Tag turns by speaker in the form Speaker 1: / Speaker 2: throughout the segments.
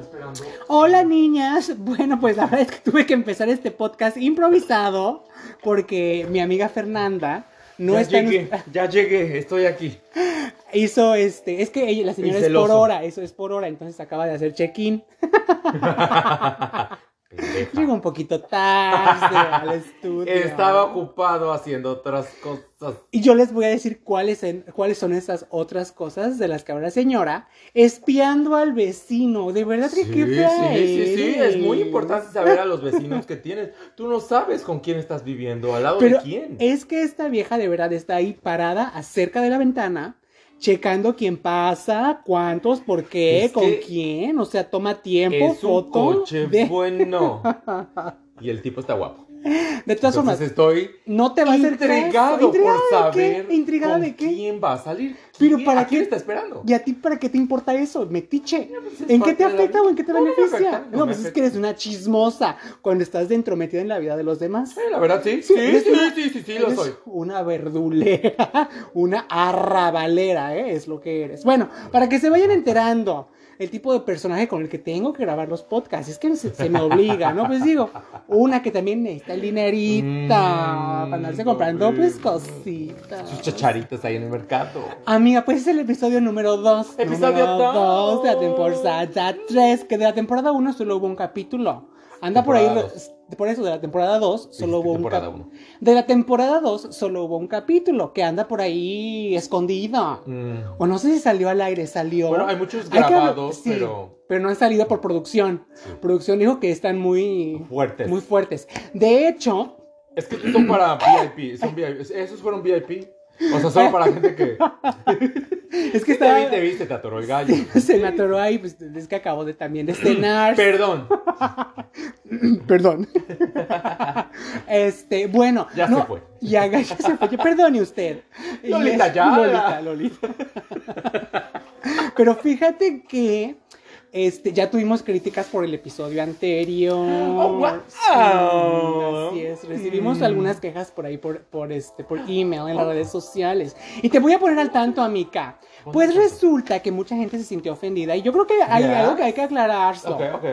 Speaker 1: esperando.
Speaker 2: Hola niñas, bueno pues la verdad es que tuve que empezar este podcast improvisado porque mi amiga Fernanda no
Speaker 1: ya
Speaker 2: está en-
Speaker 1: llegué, ya llegué, estoy aquí.
Speaker 2: hizo este, es que ella, la señora
Speaker 1: Y
Speaker 2: es por
Speaker 1: celoso.
Speaker 2: hora, eso es por hora, entonces acaba de hacer check-in. Llegó un poquito tarde al estudio.
Speaker 1: Estaba ocupado haciendo otras cosas.
Speaker 2: Y yo les voy a decir cuáles, en- cuáles son esas otras cosas de las que habla la señora, espiando al vecino. De verdad que
Speaker 1: Sí,
Speaker 2: qué fea
Speaker 1: sí, sí, sí, es muy
Speaker 2: eres.
Speaker 1: importante saber a los vecinos que tienes. Tú no sabes con quién estás viviendo, al lado
Speaker 2: Pero
Speaker 1: de quién.
Speaker 2: Es que esta vieja de verdad está ahí parada acerca de la ventana, checando quién pasa, cuántos, por qué,
Speaker 1: Es
Speaker 2: con
Speaker 1: que
Speaker 2: quién. O sea, toma tiempo,
Speaker 1: es un
Speaker 2: foto.
Speaker 1: coche
Speaker 2: de,
Speaker 1: bueno. Y el tipo está guapo.
Speaker 2: de todas formas,
Speaker 1: Entonces estoy
Speaker 2: no te va a hacer caso.
Speaker 1: intrigado por
Speaker 2: ¿Intrigada de qué?
Speaker 1: saber
Speaker 2: ¿Intrigada
Speaker 1: con
Speaker 2: de qué?
Speaker 1: quién va a salir.
Speaker 2: Pero
Speaker 1: ¿Quién-
Speaker 2: ¿para
Speaker 1: ¿A quién
Speaker 2: qué?
Speaker 1: está esperando?
Speaker 2: ¿Y a ti para qué te importa eso? Metiche.
Speaker 1: pues, es
Speaker 2: ¿En
Speaker 1: parte
Speaker 2: qué te
Speaker 1: de la
Speaker 2: afecta
Speaker 1: vida.
Speaker 2: o en qué te
Speaker 1: No me
Speaker 2: beneficia?
Speaker 1: afecta, no me
Speaker 2: No, pues es
Speaker 1: afecta.
Speaker 2: que eres una chismosa cuando estás dentro metida en la vida de los demás.
Speaker 1: Sí, la verdad, sí. Sí,
Speaker 2: Sí,
Speaker 1: sí,
Speaker 2: eres
Speaker 1: sí,
Speaker 2: una-
Speaker 1: sí, sí, lo
Speaker 2: Eres
Speaker 1: soy.
Speaker 2: Una verdulera, una arrabalera, ¿eh? es lo que eres. Bueno, para que se vayan enterando el tipo de personaje con el que tengo que grabar los podcasts, es que se, se me obliga, ¿no? Pues digo, una que también necesita el dinerita
Speaker 1: Mm,
Speaker 2: para andarse comprando pues
Speaker 1: hombre. Sus
Speaker 2: cositas.
Speaker 1: chacharitas ahí en el mercado.
Speaker 2: Amiga, pues es el episodio número 2.
Speaker 1: Episodio dos.
Speaker 2: 2 de la temporada 3, que de la temporada 1 solo hubo un capítulo. Anda por ahí,
Speaker 1: Temporada
Speaker 2: por eso de la temporada 2 solo hubo un
Speaker 1: temporada
Speaker 2: capítulo.
Speaker 1: uno.
Speaker 2: De la temporada 2 solo hubo un capítulo que anda por ahí escondido.
Speaker 1: Mm.
Speaker 2: O no sé si salió al aire, salió.
Speaker 1: Bueno, hay muchos
Speaker 2: Hay que hablar-
Speaker 1: grabados,
Speaker 2: sí,
Speaker 1: pero
Speaker 2: no han salido por producción. Producción dijo que están muy,
Speaker 1: fuertes.
Speaker 2: muy fuertes. De hecho,
Speaker 1: Es que son para VIP, son VIP. Esos fueron VIP. O sea, solo para gente que.
Speaker 2: es que
Speaker 1: ¿Qué te
Speaker 2: estaba...
Speaker 1: vi, te viste, te atoró el gallo.
Speaker 2: Se me atoró ahí, pues es que acabo de también de cenar.
Speaker 1: Perdón,
Speaker 2: Perdón. este, bueno.
Speaker 1: Ya se fue.
Speaker 2: Ya, ya se fue. Perdone usted. Y
Speaker 1: Lolita
Speaker 2: es-
Speaker 1: Ayala.
Speaker 2: Lolita, Lolita. Pero fíjate que este, ya tuvimos críticas por el episodio anterior.
Speaker 1: Oh, wow.
Speaker 2: Sí, así es. Recibimos
Speaker 1: Mm.
Speaker 2: algunas quejas por ahí, por, por, este, por email, en las redes sociales. Y te voy a poner al tanto, amica. Pues resulta que mucha gente se sintió ofendida. Y yo creo que hay
Speaker 1: Ya.
Speaker 2: algo que hay que aclarar. Sol.
Speaker 1: ok, ok.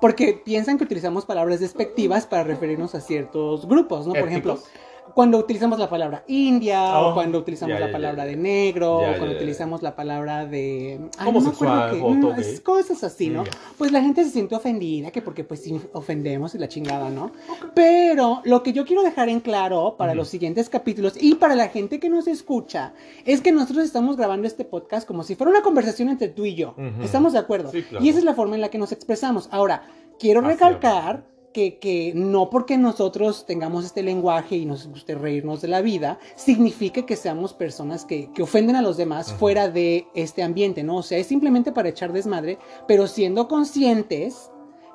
Speaker 2: Porque piensan que utilizamos palabras despectivas para referirnos a ciertos grupos, ¿no? Por ejemplo,
Speaker 1: Étnicos.
Speaker 2: cuando utilizamos la palabra india,
Speaker 1: Oh,
Speaker 2: o cuando utilizamos
Speaker 1: ya, ya,
Speaker 2: la
Speaker 1: ya,
Speaker 2: palabra
Speaker 1: ya.
Speaker 2: de negro,
Speaker 1: Ya,
Speaker 2: o
Speaker 1: ya,
Speaker 2: cuando
Speaker 1: ya,
Speaker 2: utilizamos la palabra de... ay,
Speaker 1: Homosexual,
Speaker 2: no me acuerdo qué,
Speaker 1: joto,
Speaker 2: mm, es
Speaker 1: gay.
Speaker 2: cosas así, ¿no?
Speaker 1: Ya.
Speaker 2: Pues la gente se siente ofendida, que porque pues sí ofendemos y la chingada, ¿no? Pero lo que yo quiero dejar en claro para
Speaker 1: Ujú.
Speaker 2: los siguientes capítulos y para la gente que nos escucha es que nosotros estamos grabando este podcast como si fuera una conversación entre tú y yo.
Speaker 1: Ujú.
Speaker 2: Estamos de acuerdo.
Speaker 1: Sí, claro.
Speaker 2: Y esa es la forma en la que nos expresamos. Ahora, quiero
Speaker 1: Así
Speaker 2: recalcar que, que no porque nosotros tengamos este lenguaje y nos guste reírnos de la vida, significa que seamos personas que, que ofenden a los demás
Speaker 1: Ujú.
Speaker 2: fuera de este ambiente, ¿no? O sea, es simplemente para echar desmadre, pero siendo conscientes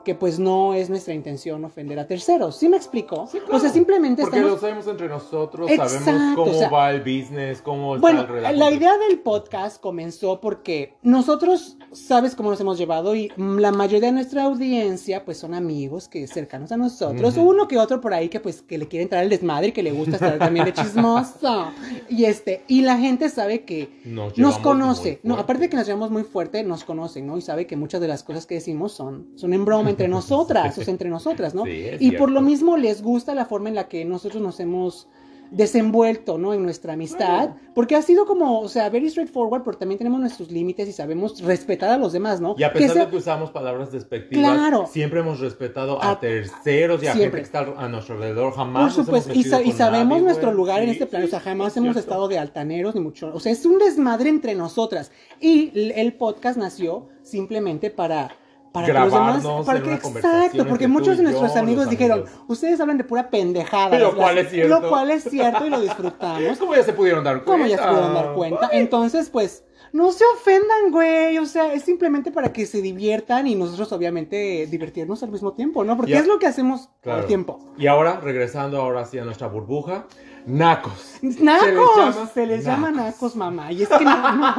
Speaker 2: que pues no es nuestra intención ofender a terceros. ¿Sí me explico?
Speaker 1: Sí, claro.
Speaker 2: O sea, simplemente
Speaker 1: Porque
Speaker 2: estamos...
Speaker 1: lo sabemos entre nosotros, sabemos
Speaker 2: Exacto,
Speaker 1: cómo
Speaker 2: o sea-
Speaker 1: va el business, cómo está
Speaker 2: Bueno,
Speaker 1: el relajo.
Speaker 2: la idea del podcast comenzó porque nosotros sabes cómo nos hemos llevado y mm, la mayoría de nuestra audiencia pues son amigos que cercanos a nosotros,
Speaker 1: Ujú.
Speaker 2: uno que otro por ahí que pues que le quiere entrar al desmadre y que le gusta estar también de chismoso. Y este, y la gente sabe que
Speaker 1: Nos,
Speaker 2: nos
Speaker 1: llevamos
Speaker 2: conoce,
Speaker 1: muy
Speaker 2: no,
Speaker 1: fuerte.
Speaker 2: aparte de que nos llevamos muy fuerte, nos conocen, ¿no? Y sabe que muchas de las cosas que decimos son, son en broma entre nosotras, o sea, entre nosotras, ¿no?
Speaker 1: Sí, es
Speaker 2: Y por
Speaker 1: cierto.
Speaker 2: lo mismo les gusta la forma en la que nosotros nos hemos desenvuelto, ¿no? En nuestra amistad, porque ha sido como, o sea, very straightforward, pero también tenemos nuestros límites y sabemos respetar a los demás, ¿no?
Speaker 1: Y a
Speaker 2: Que
Speaker 1: pesar
Speaker 2: sea-
Speaker 1: de que usamos palabras despectivas,
Speaker 2: Claro.
Speaker 1: siempre hemos respetado a,
Speaker 2: A-
Speaker 1: terceros y a
Speaker 2: siempre.
Speaker 1: gente que está a nuestro alrededor.
Speaker 2: Por
Speaker 1: Jamás nos hemos
Speaker 2: supuesto, y,
Speaker 1: metido
Speaker 2: sa- y
Speaker 1: con
Speaker 2: sabemos
Speaker 1: nadie,
Speaker 2: nuestro
Speaker 1: güey.
Speaker 2: lugar en
Speaker 1: Sí,
Speaker 2: este
Speaker 1: sí,
Speaker 2: plano, o sea,
Speaker 1: sí,
Speaker 2: jamás
Speaker 1: es
Speaker 2: hemos
Speaker 1: cierto.
Speaker 2: estado de altaneros ni mucho, o sea, es un desmadre entre nosotras. Y l- el podcast nació simplemente para para que los demás,
Speaker 1: Grabarnos
Speaker 2: para
Speaker 1: en
Speaker 2: que-
Speaker 1: una conversación
Speaker 2: exacto,
Speaker 1: entre
Speaker 2: porque
Speaker 1: tú
Speaker 2: muchos de
Speaker 1: y
Speaker 2: nuestros
Speaker 1: yo,
Speaker 2: amigos
Speaker 1: los
Speaker 2: dijeron,
Speaker 1: amigos.
Speaker 2: ustedes hablan de pura pendejada,
Speaker 1: Lo
Speaker 2: las-
Speaker 1: cual
Speaker 2: las-
Speaker 1: es cierto.
Speaker 2: lo cual es cierto y lo disfrutamos.
Speaker 1: ¿Cómo ya se pudieron dar cuenta?
Speaker 2: Como ya se pudieron dar cuenta. Entonces, pues, no se ofendan, güey. O sea, es simplemente para que se diviertan y nosotros, obviamente, divertirnos al mismo tiempo, ¿no? Porque
Speaker 1: Ya.
Speaker 2: es lo que hacemos todo
Speaker 1: Claro.
Speaker 2: el tiempo.
Speaker 1: Y ahora, regresando ahora sí a nuestra burbuja, nacos.
Speaker 2: ¡Nacos!
Speaker 1: llama
Speaker 2: Se les llama
Speaker 1: nacos.
Speaker 2: nacos, mamá. Y es que no, no,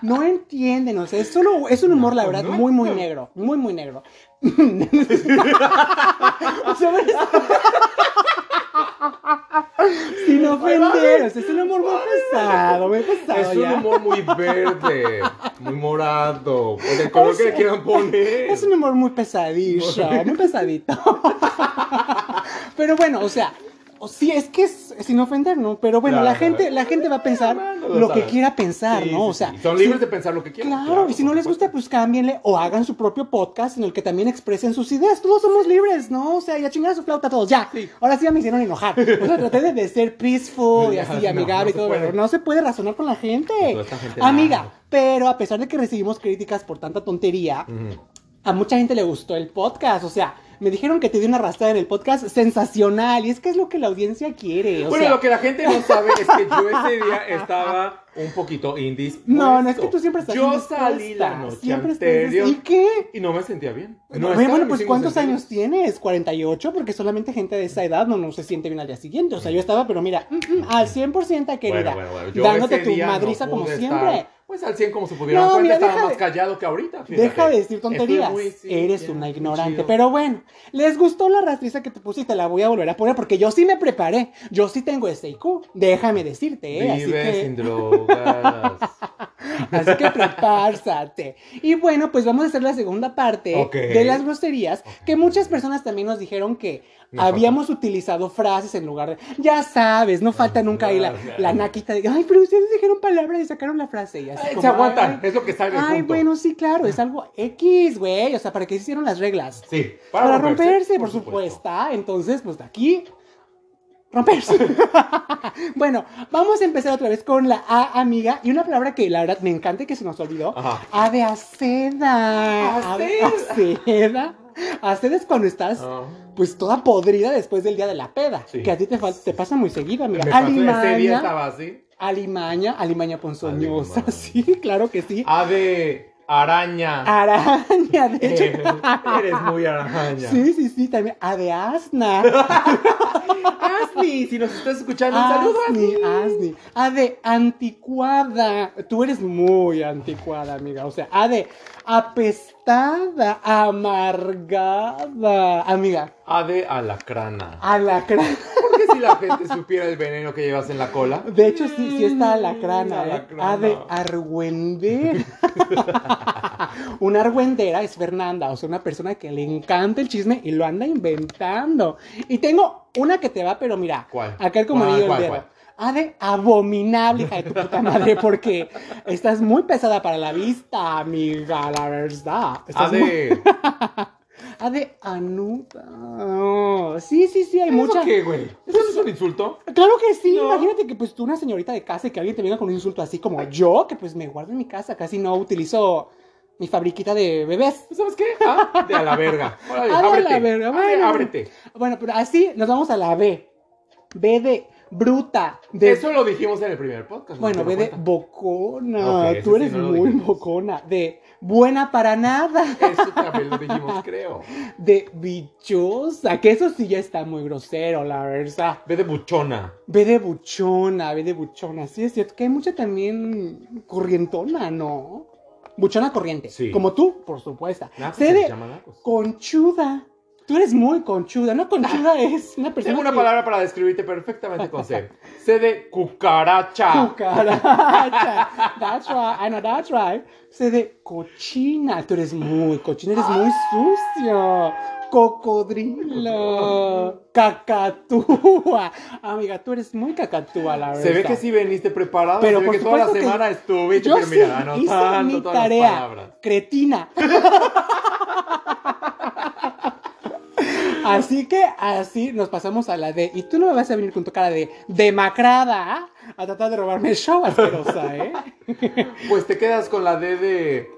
Speaker 2: no entienden, o sea, es solo, es un humor, la
Speaker 1: Nacos,
Speaker 2: verdad,
Speaker 1: ¿no?
Speaker 2: muy, muy negro. Muy, muy negro. o sea, ¿ves? Sin ofender, o sea, es un humor muy pesado, muy pesado
Speaker 1: Es un
Speaker 2: ya.
Speaker 1: humor muy verde, muy morado, o del color que le quieran poner.
Speaker 2: Es un humor muy pesadillo, muy pesadito. Pero bueno, o sea, o sí, es que es sin ofender, ¿no? Pero bueno,
Speaker 1: Claro,
Speaker 2: la gente,
Speaker 1: claro.
Speaker 2: la gente va a pensar
Speaker 1: Bueno, lo
Speaker 2: lo que
Speaker 1: saben.
Speaker 2: quiera pensar,
Speaker 1: Sí,
Speaker 2: ¿no?
Speaker 1: sí,
Speaker 2: O sea,
Speaker 1: sí. son
Speaker 2: si-
Speaker 1: libres de pensar lo que quieran.
Speaker 2: Claro, y si no
Speaker 1: por
Speaker 2: les gusta,
Speaker 1: supuesto.
Speaker 2: pues cámbienle o hagan su propio podcast en el que también expresen sus ideas. Todos somos libres, ¿no? O sea, ya chingar su flauta a todos, ya.
Speaker 1: Sí.
Speaker 2: Ahora sí ya me hicieron enojar. O sea, traté de, de ser peaceful y
Speaker 1: Ya,
Speaker 2: así,
Speaker 1: no,
Speaker 2: amigable
Speaker 1: no
Speaker 2: y
Speaker 1: se
Speaker 2: todo,
Speaker 1: puede.
Speaker 2: pero no se puede razonar con la gente.
Speaker 1: Con toda esta gente,
Speaker 2: Amiga,
Speaker 1: nada.
Speaker 2: pero a pesar de que recibimos críticas por tanta tontería,
Speaker 1: Ujú.
Speaker 2: a mucha gente le gustó el podcast, o sea, me dijeron que te di una arrastrada en el podcast sensacional y es que es lo que la audiencia quiere. O
Speaker 1: Bueno,
Speaker 2: sea,
Speaker 1: lo que la gente no sabe es que yo ese día estaba un poquito indispuesto.
Speaker 2: No, no es que tú siempre estás
Speaker 1: Yo
Speaker 2: indispuesta,
Speaker 1: salí la noche
Speaker 2: siempre estás-
Speaker 1: anterior
Speaker 2: ¿Y qué?
Speaker 1: y no me sentía bien. No
Speaker 2: Bueno,
Speaker 1: estaba en
Speaker 2: bueno,
Speaker 1: mis
Speaker 2: pues
Speaker 1: cinco
Speaker 2: ¿cuántos
Speaker 1: sentidos.
Speaker 2: años tienes? ¿48? Porque solamente gente de esa edad no, no se siente bien al día siguiente. O sea, yo estaba, pero mira, mm, mm, al 100%
Speaker 1: Bueno,
Speaker 2: querida.
Speaker 1: bueno, bueno. Yo
Speaker 2: Dándote
Speaker 1: ese
Speaker 2: tu
Speaker 1: día no
Speaker 2: madriza como
Speaker 1: pude
Speaker 2: siempre.
Speaker 1: estar, pues al 100 como se pudieron
Speaker 2: No,
Speaker 1: cuenta,
Speaker 2: mira,
Speaker 1: estaba
Speaker 2: deja
Speaker 1: más
Speaker 2: de-
Speaker 1: callado que ahorita. fíjate.
Speaker 2: Deja de decir
Speaker 1: Estuve
Speaker 2: tonterías.
Speaker 1: muy- sí,
Speaker 2: Eres
Speaker 1: ya,
Speaker 2: una
Speaker 1: muy
Speaker 2: ignorante.
Speaker 1: chido.
Speaker 2: Pero bueno, les gustó la rastriza que te pusiste. La voy a volver a poner porque yo sí me preparé. Yo sí tengo ese IQ. Déjame decirte, ¿eh? Así
Speaker 1: Vive sin
Speaker 2: que,
Speaker 1: drogas.
Speaker 2: así que prepársate. Y bueno, pues vamos a hacer la segunda parte
Speaker 1: Ok.
Speaker 2: de las groserías. Que muchas personas también nos dijeron que
Speaker 1: Nos
Speaker 2: habíamos utilizado frases en lugar de. Ya sabes, no
Speaker 1: Ah,
Speaker 2: falta nunca ahí la,
Speaker 1: claro.
Speaker 2: la naquita de. Ay, pero ustedes dijeron palabras y sacaron la frase. Y así
Speaker 1: Ay,
Speaker 2: como,
Speaker 1: se aguantan,
Speaker 2: "Ay,
Speaker 1: es lo que sale
Speaker 2: Ay,
Speaker 1: punto.
Speaker 2: bueno, sí, claro, es algo X, güey. O sea, ¿para qué se hicieron las reglas?
Speaker 1: Sí,
Speaker 2: Para, romperse, por, supuesto. Entonces, pues de aquí, romperse. bueno, vamos a empezar otra vez con la A, amiga. Y una palabra que la verdad me encanta y que se nos olvidó.
Speaker 1: Ajá.
Speaker 2: A de aceda. A de aceda. Aceda es cuando estás...
Speaker 1: Ah.
Speaker 2: Pues toda podrida después del día de la peda.
Speaker 1: Sí.
Speaker 2: Que a ti te, fal- te pasa muy seguido,
Speaker 1: Me
Speaker 2: amiga.
Speaker 1: pasó ese día
Speaker 2: Alimaña.
Speaker 1: estaba así.
Speaker 2: Alimaña. Alimaña ponzoñosa.
Speaker 1: Alimaña.
Speaker 2: Sí, claro que sí.
Speaker 1: A de araña.
Speaker 2: Araña, Ah, de hecho.
Speaker 1: Eh, Eres muy araña.
Speaker 2: Sí, sí, sí, también. A de asna.
Speaker 1: Asni, si nos estás escuchando, un saludo.
Speaker 2: Asni, asni. A de anticuada. Tú eres muy anticuada, amiga. O sea, A de apestada, amargada. Amiga,
Speaker 1: A de alacrana.
Speaker 2: alacrán.
Speaker 1: ¿Por qué si la gente supiera el veneno que llevas en la cola?
Speaker 2: De hecho, sí, sí está alacrana.
Speaker 1: Mm,
Speaker 2: ¿eh?
Speaker 1: alacrana.
Speaker 2: A de argüendera. una argüendera es Fernanda, o sea, una persona que le encanta el chisme y lo anda inventando. Y tengo una que te va, pero mira,
Speaker 1: ¿Cuál?
Speaker 2: acá como
Speaker 1: ¿Cuál,
Speaker 2: anillo el
Speaker 1: cuál,
Speaker 2: dedo.
Speaker 1: cuál?
Speaker 2: A de abominable, hija de tu puta madre, porque estás muy pesada para la vista, amiga, la verdad.
Speaker 1: A
Speaker 2: Estás muy-
Speaker 1: de.
Speaker 2: A de anuda. Oh, sí, sí, sí, hay mucha.
Speaker 1: ¿Eso qué, güey? ¿Eso no es un insulto?
Speaker 2: Claro que sí,
Speaker 1: No.
Speaker 2: imagínate que pues tú una señorita de casa y que alguien te venga con un insulto así como yo, que pues me guardo en mi casa, casi no utilizo mi fabriquita de bebés.
Speaker 1: ¿Sabes qué? Ah, de a la verga. Órale,
Speaker 2: A de a la
Speaker 1: ábrete.
Speaker 2: verga,
Speaker 1: Ah,
Speaker 2: bueno.
Speaker 1: ábrete.
Speaker 2: Bueno, pero así nos vamos a la B. B de bruta. De,
Speaker 1: Eso lo dijimos en el primer podcast. ¿no te
Speaker 2: bueno, B
Speaker 1: das
Speaker 2: de
Speaker 1: cuenta?
Speaker 2: bocona.
Speaker 1: Ok, ese
Speaker 2: tú
Speaker 1: sí
Speaker 2: eres
Speaker 1: no lo
Speaker 2: muy
Speaker 1: dijimos.
Speaker 2: bocona. De buena para nada.
Speaker 1: Eso también lo dijimos, creo.
Speaker 2: De bichosa. Que eso sí ya está muy grosero, la verdad.
Speaker 1: B de buchona.
Speaker 2: Ve de buchona, ve de buchona. Sí, es cierto que hay mucha también corrientona, ¿no? Buchona corriente.
Speaker 1: Sí.
Speaker 2: Como tú, por supuesto.
Speaker 1: Nacos,
Speaker 2: Sé
Speaker 1: se
Speaker 2: de
Speaker 1: llama pues. nacos.
Speaker 2: conchuda. Tú eres muy conchuda. Una conchuda es una persona
Speaker 1: Ah. Tengo una
Speaker 2: que-
Speaker 1: palabra para describirte perfectamente con C. C de cucaracha.
Speaker 2: Cucaracha. That's right. I know that's right. Sé de cochina. Tú eres muy cochina, eres muy sucio. Cocodrilo. Cacatúa. Amiga, tú eres muy cacatúa, la verdad.
Speaker 1: Se ve que sí veniste preparado.
Speaker 2: Pero
Speaker 1: se ve
Speaker 2: por
Speaker 1: que toda la
Speaker 2: supuesto que
Speaker 1: semana estuviste
Speaker 2: Yo
Speaker 1: pero
Speaker 2: sí
Speaker 1: mira,
Speaker 2: hice mi
Speaker 1: anotando todas las palabras.
Speaker 2: tarea, cretina. Así que así nos pasamos a la D. Y tú no me vas a venir con tu cara de demacrada ¿ah? a tratar de robarme el show, asquerosa, ¿eh?
Speaker 1: Pues te quedas con la D de.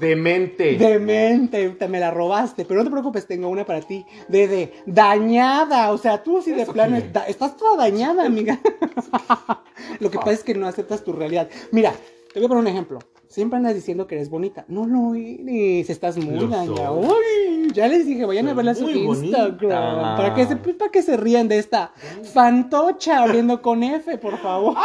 Speaker 1: Demente.
Speaker 2: Demente, te me la robaste. Pero no te preocupes, tengo una para ti. De, de dañada. O sea, tú sí de
Speaker 1: ¿Eso
Speaker 2: plano
Speaker 1: qué?
Speaker 2: es- da- estás toda dañada, amiga. Lo que pasa es que no aceptas tu realidad. Mira, te voy a poner un ejemplo. Siempre andas diciendo que eres bonita. No lo eres. Estás muy
Speaker 1: Lo
Speaker 2: dañada.
Speaker 1: soy.
Speaker 2: Uy, ya les dije, vayan a
Speaker 1: Soy
Speaker 2: verla su
Speaker 1: muy bonita.
Speaker 2: Instagram. Para que, se, pues, para que se rían de esta fantocha oliendo con F, por favor.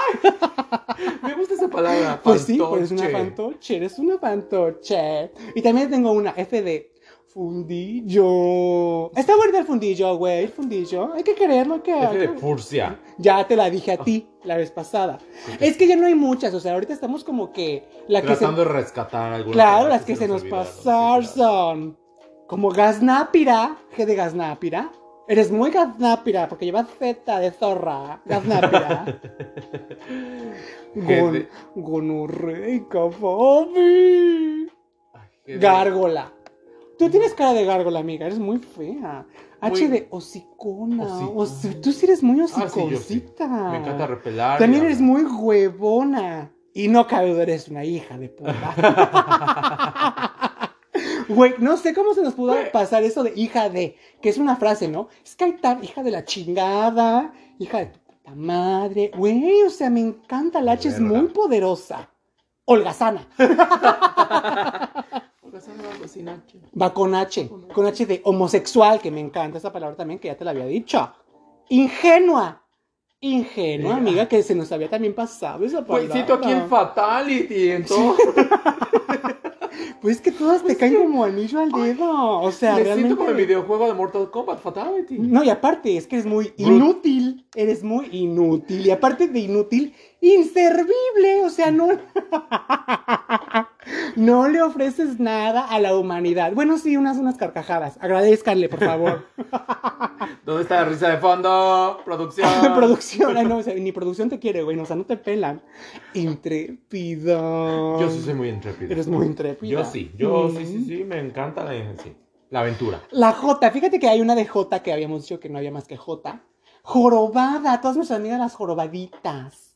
Speaker 1: Me gusta esa palabra.
Speaker 2: Pues sí, pero es una
Speaker 1: fantoche.
Speaker 2: fantoche, eres una fantoche. Y también tengo una F de Fundillo. Está bueno el fundillo, güey. El fundillo. Hay que quererlo. Hay que,
Speaker 1: F
Speaker 2: hay
Speaker 1: de
Speaker 2: que-
Speaker 1: Purcia.
Speaker 2: Ya te la dije a ti la vez pasada. Es que ya no hay muchas. O sea, ahorita estamos como que. La que se...
Speaker 1: Tratando de rescatar algunas.
Speaker 2: Claro,
Speaker 1: cosas
Speaker 2: las que se nos
Speaker 1: olvidaron, sí,
Speaker 2: pasaron.
Speaker 1: claro.
Speaker 2: Como Gaznápira. ¿Qué de Gaznápira? Eres muy Gaznápira porque llevas Z de zorra. Gaznápira. Gon...
Speaker 1: Gente-
Speaker 2: Gonorreica, papi.
Speaker 1: Ay, qué de-
Speaker 2: Gárgola. Tú tienes cara de gárgola, amiga. Eres muy fea. H
Speaker 1: Muy-
Speaker 2: de hocicona.
Speaker 1: Hocicona.
Speaker 2: Osi- Tú sí eres muy
Speaker 1: Ah, sí, yo sí.
Speaker 2: hociconcita.
Speaker 1: Me encanta repelar. y
Speaker 2: También eres
Speaker 1: hablar.
Speaker 2: muy huevona. Y no cabe duda, eres una hija de puta. Güey, no sé cómo se nos pudo pasar eso de hija de, que es una frase, ¿no? Es que hay tal hija de la chingada, hija de tu puta madre. Güey, o sea, me encanta, la H es
Speaker 1: Verga.
Speaker 2: muy poderosa. Holgazana. Va con H, con H de homosexual, que me encanta esa palabra también, que ya te la había dicho. Ingenua. Ingenua,
Speaker 1: Mira.
Speaker 2: amiga, que se nos había también pasado esa palabra.
Speaker 1: Pues cito aquí el Fatality, entonces.
Speaker 2: Pues es que todas te caen como anillo al dedo. O sea,
Speaker 1: Me
Speaker 2: realmente... Mm.
Speaker 1: siento como el videojuego de Mortal Kombat Fatality.
Speaker 2: No, y aparte, es que eres muy
Speaker 1: Brut.
Speaker 2: inútil. Eres muy inútil. Y aparte de inútil, inservible. O sea, no. No le ofreces nada a la humanidad. Bueno, sí, unas, unas carcajadas. Agradezcanle, por favor.
Speaker 1: ¿Dónde está la risa de fondo? Producción.
Speaker 2: producción. Ay, no, o sea, ni producción te quiere, güey. O sea, no te pelan. Intrépido.
Speaker 1: Yo sí soy muy intrépido.
Speaker 2: Eres muy intrépida.
Speaker 1: Yo sí, yo sí,
Speaker 2: Mm.
Speaker 1: sí, sí, me encanta la, sí, la aventura.
Speaker 2: La J, fíjate que hay una de J que habíamos dicho que no había más que J. Jorobada, todas nuestras amigas las jorobaditas.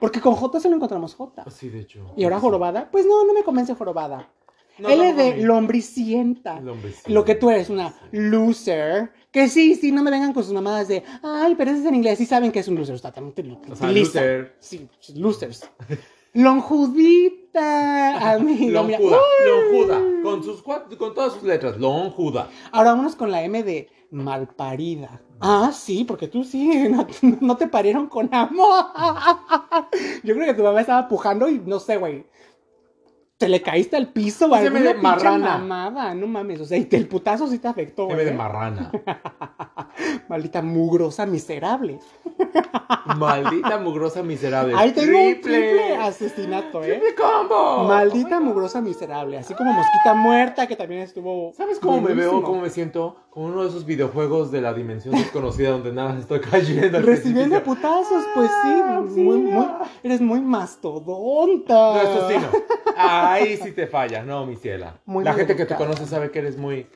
Speaker 2: Porque con J solo encontramos J.
Speaker 1: Pues Sí, de hecho.
Speaker 2: Y ahora jorobada, pues no, no me convence jorobada.
Speaker 1: No,
Speaker 2: L
Speaker 1: no,
Speaker 2: de
Speaker 1: mami.
Speaker 2: lombricienta.
Speaker 1: Lombrecito.
Speaker 2: Lo que tú eres, una loser. Que sí, sí, no me vengan con sus mamadas de, ay, pero eso es en inglés, sí saben que es un loser, está también te lo
Speaker 1: O sea,
Speaker 2: utilizan.
Speaker 1: loser.
Speaker 2: Sí, losers. Lonjudita, amiga. mira.
Speaker 1: Lonjuda,
Speaker 2: ¡Uy!
Speaker 1: Lonjuda, con, sus cuatro, con todas sus letras, Lonjuda.
Speaker 2: Ahora vámonos con la M de malparida. Ah, sí, porque tú sí, no, no te parieron con amor. Yo creo que tu mamá estaba pujando y no sé, güey. Te le caíste al piso, güey.
Speaker 1: Ese Pues M de marrana.
Speaker 2: Mamada, no mames, o sea, y te- el putazo sí te afectó.
Speaker 1: M de
Speaker 2: ¿eh?
Speaker 1: marrana.
Speaker 2: Maldita mugrosa miserable.
Speaker 1: Maldita mugrosa miserable.
Speaker 2: Ahí tengo un triple asesinato, ¿eh?
Speaker 1: Triple combo. Oh
Speaker 2: Maldita
Speaker 1: my God.
Speaker 2: mugrosa miserable, así como mosquita muerta que también estuvo.
Speaker 1: ¿Sabes cómo me veo,
Speaker 2: buenísimo.
Speaker 1: cómo me siento? Como uno de esos videojuegos de la dimensión desconocida donde nada más estoy cayendo. al
Speaker 2: Recibiendo
Speaker 1: precipicio.
Speaker 2: putazos, pues sí, muy,
Speaker 1: auxilio.
Speaker 2: muy- eres muy mastodonta.
Speaker 1: No, eso sí no. Ahí sí te fallas, no, mi ciela.
Speaker 2: Muy
Speaker 1: la gente que tú
Speaker 2: educada.
Speaker 1: conoces sabe que eres muy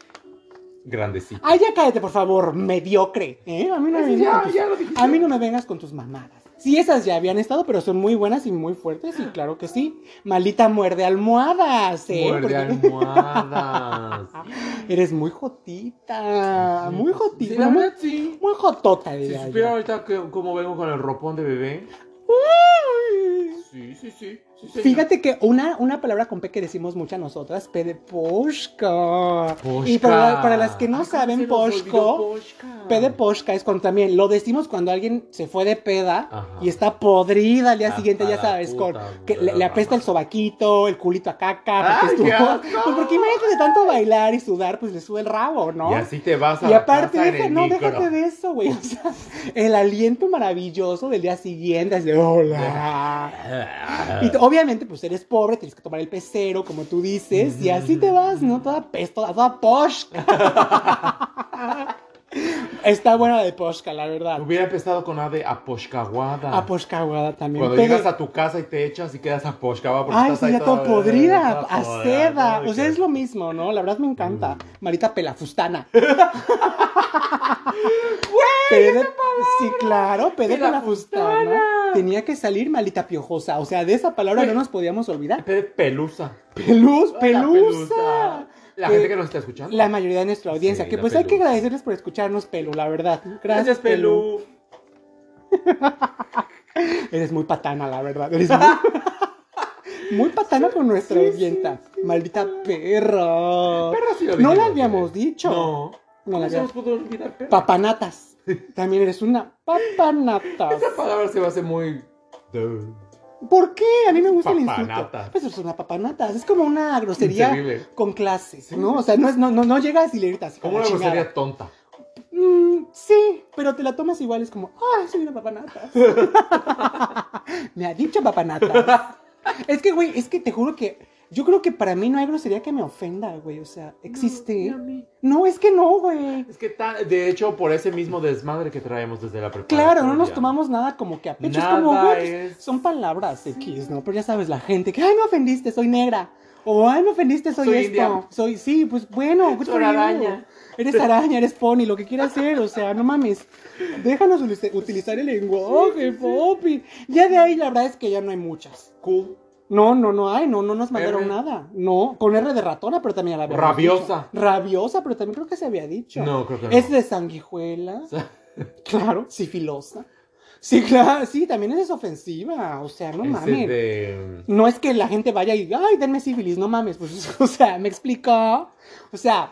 Speaker 1: grandecita.
Speaker 2: Ay, ya cállate, por favor, mediocre. ¿eh? A, mí no me vengas con tus-
Speaker 1: lo dijiste.
Speaker 2: a mí no me vengas con tus mamadas. Sí, esas ya habían estado, pero son muy buenas y muy fuertes, y claro que sí. Malita muerde almohadas, ¿eh?
Speaker 1: Muerde
Speaker 2: Porque
Speaker 1: almohadas.
Speaker 2: Eres muy jotita, Ah, muy jotita.
Speaker 1: Sí, la
Speaker 2: muy,
Speaker 1: verdad, sí.
Speaker 2: muy jotota,
Speaker 1: Si
Speaker 2: diría
Speaker 1: supiera
Speaker 2: yo.
Speaker 1: ahorita que, cómo vengo con el ropón de bebé.
Speaker 2: Ay.
Speaker 1: Sí, sí, sí. sí señor.
Speaker 2: Fíjate que una, una palabra con P que decimos muchas nosotras, P de Poshka.
Speaker 1: Poshka.
Speaker 2: Y para, para las que no
Speaker 1: Ay, ¿cómo se
Speaker 2: saben,
Speaker 1: nos olvidó
Speaker 2: Poshko,
Speaker 1: Poshka?
Speaker 2: P de Poshka es cuando también lo decimos cuando alguien se fue de peda
Speaker 1: Ajá.
Speaker 2: y está podrida al día
Speaker 1: Hasta
Speaker 2: siguiente, ya
Speaker 1: la
Speaker 2: sabes,
Speaker 1: puta
Speaker 2: con que le, le apesta el
Speaker 1: madre.
Speaker 2: sobaquito, el culito a caca,
Speaker 1: Ay,
Speaker 2: porque
Speaker 1: qué
Speaker 2: estuvo-
Speaker 1: asco.
Speaker 2: Pues porque imagínate de tanto bailar y sudar, pues le sube el rabo, ¿no?
Speaker 1: Y así te vas a
Speaker 2: Y
Speaker 1: la
Speaker 2: aparte,
Speaker 1: casa en
Speaker 2: deja-
Speaker 1: el
Speaker 2: no,
Speaker 1: micro.
Speaker 2: déjate de eso, güey. O sea, el aliento maravilloso del día siguiente, así de hola. Y t-
Speaker 1: Ah.
Speaker 2: obviamente, pues eres pobre, tienes que tomar el pecero, como tú dices, y así te vas, ¿no? Toda pestosa, toda posca. Está buena la de posca, la verdad.
Speaker 1: Hubiera empezado con A de aposhcaguada.
Speaker 2: A poscaguada también.
Speaker 1: Cuando
Speaker 2: Pero-
Speaker 1: llegas a tu casa y te echas y quedas aposhcaba porque
Speaker 2: Ay,
Speaker 1: estás
Speaker 2: sí,
Speaker 1: ahí
Speaker 2: ya toda
Speaker 1: toda-
Speaker 2: podrida,
Speaker 1: toda
Speaker 2: a
Speaker 1: podrida,
Speaker 2: seda.
Speaker 1: ¿no?
Speaker 2: O sea,
Speaker 1: Que-
Speaker 2: es lo mismo, ¿no? La verdad me encanta. Marita Pelafustana. Pe de- Sí, claro, P de
Speaker 1: Pelafustana.
Speaker 2: Pelafustana. Tenía que salir Malita Piojosa. O sea, de esa palabra no nos podíamos olvidar.
Speaker 1: Pe- Pelusa.
Speaker 2: Peluz,
Speaker 1: La
Speaker 2: pelusa.
Speaker 1: La
Speaker 2: Pe-
Speaker 1: gente que nos está escuchando.
Speaker 2: La mayoría de nuestra audiencia,
Speaker 1: Sí,
Speaker 2: que
Speaker 1: la
Speaker 2: pues hay que
Speaker 1: Pelú.
Speaker 2: agradecerles por escucharnos, Pelu, la verdad.
Speaker 1: Gracias, Pelu.
Speaker 2: Eres muy patana, la verdad. Eres muy, muy patana con nuestra audiencia. Maldita perra.
Speaker 1: Perra sí lo
Speaker 2: no
Speaker 1: dijimos,
Speaker 2: la habíamos
Speaker 1: ¿eh?
Speaker 2: dicho.
Speaker 1: No.
Speaker 2: No la
Speaker 1: ¿Cómo se
Speaker 2: habíamos.
Speaker 1: nos pudo olvidar, perra?
Speaker 2: Papanatas. También eres una papanata.
Speaker 1: Esa palabra se va a hacer muy. Duh.
Speaker 2: ¿Por qué? A mí me gusta el
Speaker 1: Papanata.
Speaker 2: insulto. Pues es una papanata. Es como una grosería
Speaker 1: Inservible.
Speaker 2: con clases, ¿no? O sea, no, es, no, no, no llegas y le gritas. "Hijo
Speaker 1: Como una
Speaker 2: de la chingada".
Speaker 1: grosería tonta.
Speaker 2: Mm, sí, pero te la tomas igual. Es como, ah, soy una papanata. me ha dicho papanata. es que, güey, es que te juro que yo creo que para mí no hay grosería que me ofenda, güey. O sea, existe.
Speaker 1: No, ni a mí.
Speaker 2: No, es que no, güey.
Speaker 1: Es que tan- de hecho, por ese mismo desmadre que traemos desde la preparatoria.
Speaker 2: Claro, no nos tomamos nada como que a pecho. es como,
Speaker 1: Nada
Speaker 2: güey,
Speaker 1: es-
Speaker 2: son palabras X, ¿no? Pero ya sabes, la gente que, ay, me ofendiste, soy negra. O, ay, me ofendiste, soy,
Speaker 1: Soy
Speaker 2: esto.
Speaker 1: india.
Speaker 2: Soy, sí, pues bueno, good
Speaker 1: Soy
Speaker 2: for you.
Speaker 1: araña.
Speaker 2: Eres araña, eres pony, lo que quieras ser, o sea, no mames. Déjanos uli- utilizar el lenguaje, papi. Ya de ahí, la verdad es que ya no hay muchas.
Speaker 1: Cool.
Speaker 2: No, no, no hay, no, no nos mandaron
Speaker 1: R.
Speaker 2: nada. No, con R de ratona, pero también la había
Speaker 1: Rabiosa.
Speaker 2: Rabiosa, pero también creo que se había dicho.
Speaker 1: No, creo que no.
Speaker 2: Es de sanguijuela. Claro, sifilosa. Sí, claro, sí, también esa es ofensiva. O sea, no
Speaker 1: Ese
Speaker 2: mames.
Speaker 1: de-
Speaker 2: No es que la gente vaya y, ay, denme sífilis, no mames. Pues, o sea, me explicó. O sea,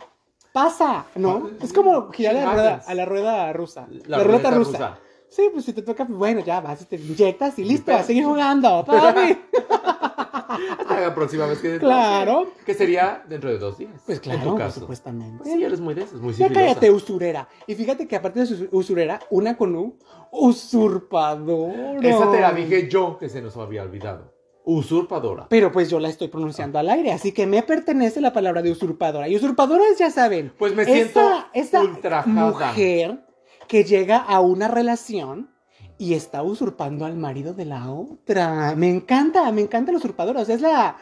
Speaker 2: pasa, ¿no?
Speaker 1: Ah,
Speaker 2: Es como girar la
Speaker 1: chingadas.
Speaker 2: rueda, a la rueda rusa. La, ruleta rusa. Sí, pues si te toca, pues, bueno, ya vas y te inyectas y listo, a seguir jugando. papi.
Speaker 1: Hasta la próxima vez que...
Speaker 2: claro.
Speaker 1: Que sería dentro de dos días.
Speaker 2: Pues
Speaker 1: En tu
Speaker 2: claro,
Speaker 1: caso.
Speaker 2: supuestamente.
Speaker 1: Sí, eres muy de esas, muy
Speaker 2: Ya
Speaker 1: sigilosa.
Speaker 2: cállate, usurera. Y fíjate que aparte de su- usurera, una con un usurpador.
Speaker 1: Esa te la dije yo que se nos había olvidado. Usurpadora.
Speaker 2: Pero pues yo la estoy pronunciando al aire, así que me pertenece la palabra de usurpadora. Y usurpadoras ya saben.
Speaker 1: Pues me
Speaker 2: esta,
Speaker 1: siento
Speaker 2: esta
Speaker 1: ultrajada.
Speaker 2: mujer que llega a una relación y está usurpando al marido de la otra. Me encanta, me encanta la usurpadora. O sea, es la,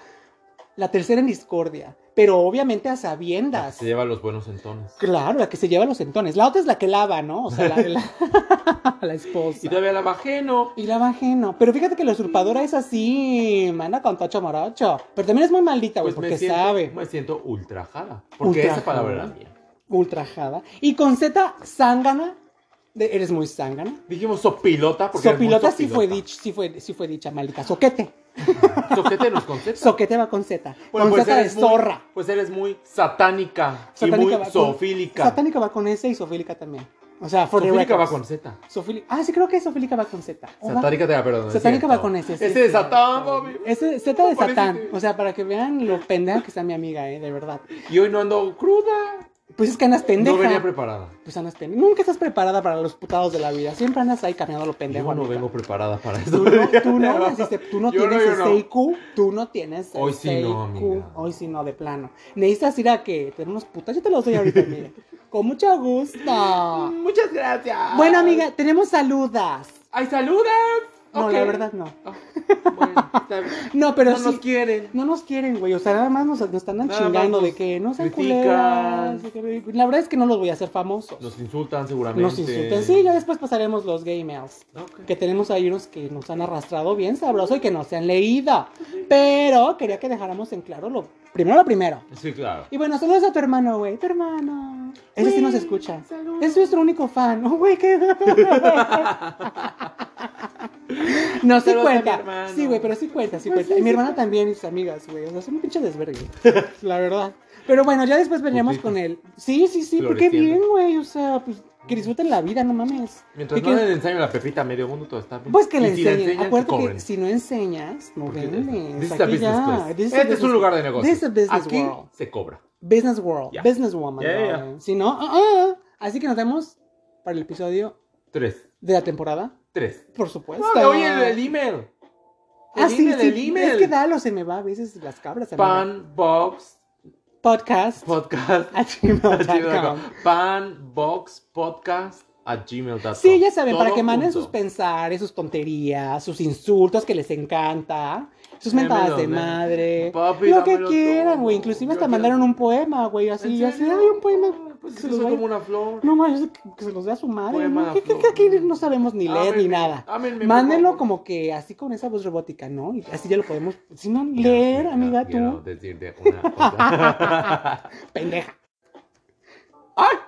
Speaker 2: la tercera en discordia. Pero obviamente a
Speaker 1: La que
Speaker 2: sabiendas.
Speaker 1: Se lleva los buenos entones.
Speaker 2: Claro, la que se lleva los entones. La otra es la que lava, ¿no? O sea, la, la- la esposa.
Speaker 1: Y todavía la bajé, ¿no?
Speaker 2: Y la bajé, no. Pero fíjate que la usurpadora es así, mana con tocho morocho. Pero también es muy maldita, güey,
Speaker 1: Pues me
Speaker 2: porque
Speaker 1: siento,
Speaker 2: sabe.
Speaker 1: me siento ultrajada. Porque
Speaker 2: Ultrajada.
Speaker 1: esa palabra era mía.
Speaker 2: Ultrajada. Y con Z, zángana. de- eres muy zángana.
Speaker 1: Dijimos sopilota porque eres muy
Speaker 2: Sopilota sí fue,
Speaker 1: sopilota.
Speaker 2: dich, sí, fue, sí fue dicha, maldita. Soquete.
Speaker 1: Soquete nos contesta.
Speaker 2: Soquete va con Z.
Speaker 1: Bueno,
Speaker 2: con
Speaker 1: pues
Speaker 2: Z de
Speaker 1: eres muy-
Speaker 2: zorra.
Speaker 1: Pues eres muy satánica,
Speaker 2: Satánica
Speaker 1: y muy
Speaker 2: va con-
Speaker 1: zoofílica.
Speaker 2: Satánica va con S y sofílica también. O sea, for the
Speaker 1: Zoofílica va
Speaker 2: records.
Speaker 1: con Z.
Speaker 2: Sofili- Ah, sí, creo que sofílica va con Z. O va-
Speaker 1: Satánica te la perdono. es
Speaker 2: Satánica va
Speaker 1: cierto.
Speaker 2: con ese. sí, Eh.
Speaker 1: Ese de
Speaker 2: sí.
Speaker 1: Satán, mami.
Speaker 2: Ese Z de
Speaker 1: Parece
Speaker 2: Satán.
Speaker 1: que-
Speaker 2: O sea, para que vean lo pendeja que está mi amiga, eh, de verdad.
Speaker 1: Y hoy no ando cruda.
Speaker 2: Pues es que andas pendeja.
Speaker 1: No venía preparada.
Speaker 2: pues andas pendeja. Nunca estás preparada para los putados de la vida. Siempre andas ahí caminando lo pendejo.
Speaker 1: Yo no
Speaker 2: amiga.
Speaker 1: vengo preparada para esto.
Speaker 2: Tú no, tú no naciste- tú no
Speaker 1: Yo no,
Speaker 2: tienes
Speaker 1: yo
Speaker 2: ese
Speaker 1: no.
Speaker 2: IQ, tú no tienes
Speaker 1: Hoy
Speaker 2: ese
Speaker 1: sí no,
Speaker 2: IQ.
Speaker 1: amiga.
Speaker 2: Hoy sí no, de plano. Necesitas ir a que tener unos putas, yo te los doy ahorita, amiga. Con mucho gusto.
Speaker 1: Muchas gracias.
Speaker 2: Bueno, amiga, tenemos saludas.
Speaker 1: ¡Ay, saluda!
Speaker 2: No,
Speaker 1: Ok.
Speaker 2: la verdad no.
Speaker 1: Ah, bueno, está bien.
Speaker 2: No, pero
Speaker 1: no
Speaker 2: sí.
Speaker 1: nos quieren.
Speaker 2: No nos quieren, güey. O sea, nada más nos, nos están
Speaker 1: Nada
Speaker 2: chingando
Speaker 1: más
Speaker 2: de
Speaker 1: nos
Speaker 2: que no sean
Speaker 1: critican.
Speaker 2: culeras. de que- La verdad es que no los voy a hacer famosos. Nos,
Speaker 1: Nos insultan seguramente.
Speaker 2: insultan. Sí, ya después pasaremos los gay mails.
Speaker 1: Ok.
Speaker 2: Que tenemos ahí unos que nos han arrastrado bien sabroso y que no se han leído. Pero quería que dejáramos en claro lo primero lo primero.
Speaker 1: Sí, claro.
Speaker 2: Y bueno, saludos a tu hermano, güey. Tu hermano. Ese sí
Speaker 1: Güey,
Speaker 2: nos escucha.
Speaker 1: saludos.
Speaker 2: Es nuestro único fan. Oh, güey, qué. no,
Speaker 1: Saludos
Speaker 2: sí
Speaker 1: a mi
Speaker 2: cuenta.
Speaker 1: hermano.
Speaker 2: Sí, güey, pero sí cuenta, sí cuenta. Y mi hermana también y sus amigas, güey. O sea, son un pinche desvergue. La verdad. Pero bueno, ya después veníamos
Speaker 1: Putito.
Speaker 2: con él. Sí, sí, sí, porque bien,
Speaker 1: Floreciendo.
Speaker 2: güey. O sea, pues que disfruten la vida, no mames.
Speaker 1: Mientras
Speaker 2: Y
Speaker 1: no
Speaker 2: que-
Speaker 1: le enseñen la pepita a medio mundo, todo está bien.
Speaker 2: pues que le
Speaker 1: Y si
Speaker 2: enseñen.
Speaker 1: que
Speaker 2: Acuérdate que
Speaker 1: cobren.
Speaker 2: si no enseñas, no
Speaker 1: Porque
Speaker 2: vendes.
Speaker 1: this is a
Speaker 2: Aquí
Speaker 1: business
Speaker 2: ya.
Speaker 1: place.
Speaker 2: This
Speaker 1: Este es
Speaker 2: is a
Speaker 1: un
Speaker 2: business-
Speaker 1: lugar de negocio.
Speaker 2: This is a business
Speaker 1: Aquí
Speaker 2: world.
Speaker 1: se cobra.
Speaker 2: Business World,
Speaker 1: Ya.
Speaker 2: Business Woman.
Speaker 1: Ya, ya, ya.
Speaker 2: darling. Si no, ah, ah. así que nos vemos para el episodio
Speaker 1: Tres.
Speaker 2: de la temporada,
Speaker 1: Tres.
Speaker 2: por supuesto.
Speaker 1: No, oye, el, el email. El
Speaker 2: ah, sí,
Speaker 1: email,
Speaker 2: sí.
Speaker 1: el email.
Speaker 2: Es que Dalo se me va a veces las cabras. amiga.
Speaker 1: Panbox
Speaker 2: Podcast.
Speaker 1: Podcast.
Speaker 2: at gmail.com.
Speaker 1: Panboxpodcast at gmail.com.
Speaker 2: Sí, ya saben, para
Speaker 1: Todo
Speaker 2: que manden
Speaker 1: junto.
Speaker 2: sus pensares, sus tonterías, sus insultos que les encanta, sus
Speaker 1: Dámelo,
Speaker 2: mentadas de
Speaker 1: dámelo.
Speaker 2: madre,
Speaker 1: Papi,
Speaker 2: lo que
Speaker 1: dámelo
Speaker 2: quieran,
Speaker 1: todo.
Speaker 2: güey. Inclusive hasta
Speaker 1: Yo
Speaker 2: mandaron
Speaker 1: quiero-
Speaker 2: un poema, güey, así,
Speaker 1: ¿En
Speaker 2: así,
Speaker 1: serio?
Speaker 2: hay un poema.
Speaker 1: Pues
Speaker 2: que
Speaker 1: es
Speaker 2: se
Speaker 1: que
Speaker 2: los
Speaker 1: soy
Speaker 2: vaya-
Speaker 1: como una flor.
Speaker 2: No más, que se los dé a su madre.
Speaker 1: Poema
Speaker 2: ¿no? Que, que-
Speaker 1: flor.
Speaker 2: que aquí no sabemos ni leer ni
Speaker 1: Ámenme,
Speaker 2: nada.
Speaker 1: ámenme,
Speaker 2: Mándenlo
Speaker 1: por favor.
Speaker 2: como que así con esa voz robótica, ¿no? Y así ya lo podemos. Si no,
Speaker 1: Quiero-
Speaker 2: leer,
Speaker 1: quiero-
Speaker 2: amiga, tú.
Speaker 1: quiero decirte una cosa.
Speaker 2: Pendeja.
Speaker 1: ¡Ay!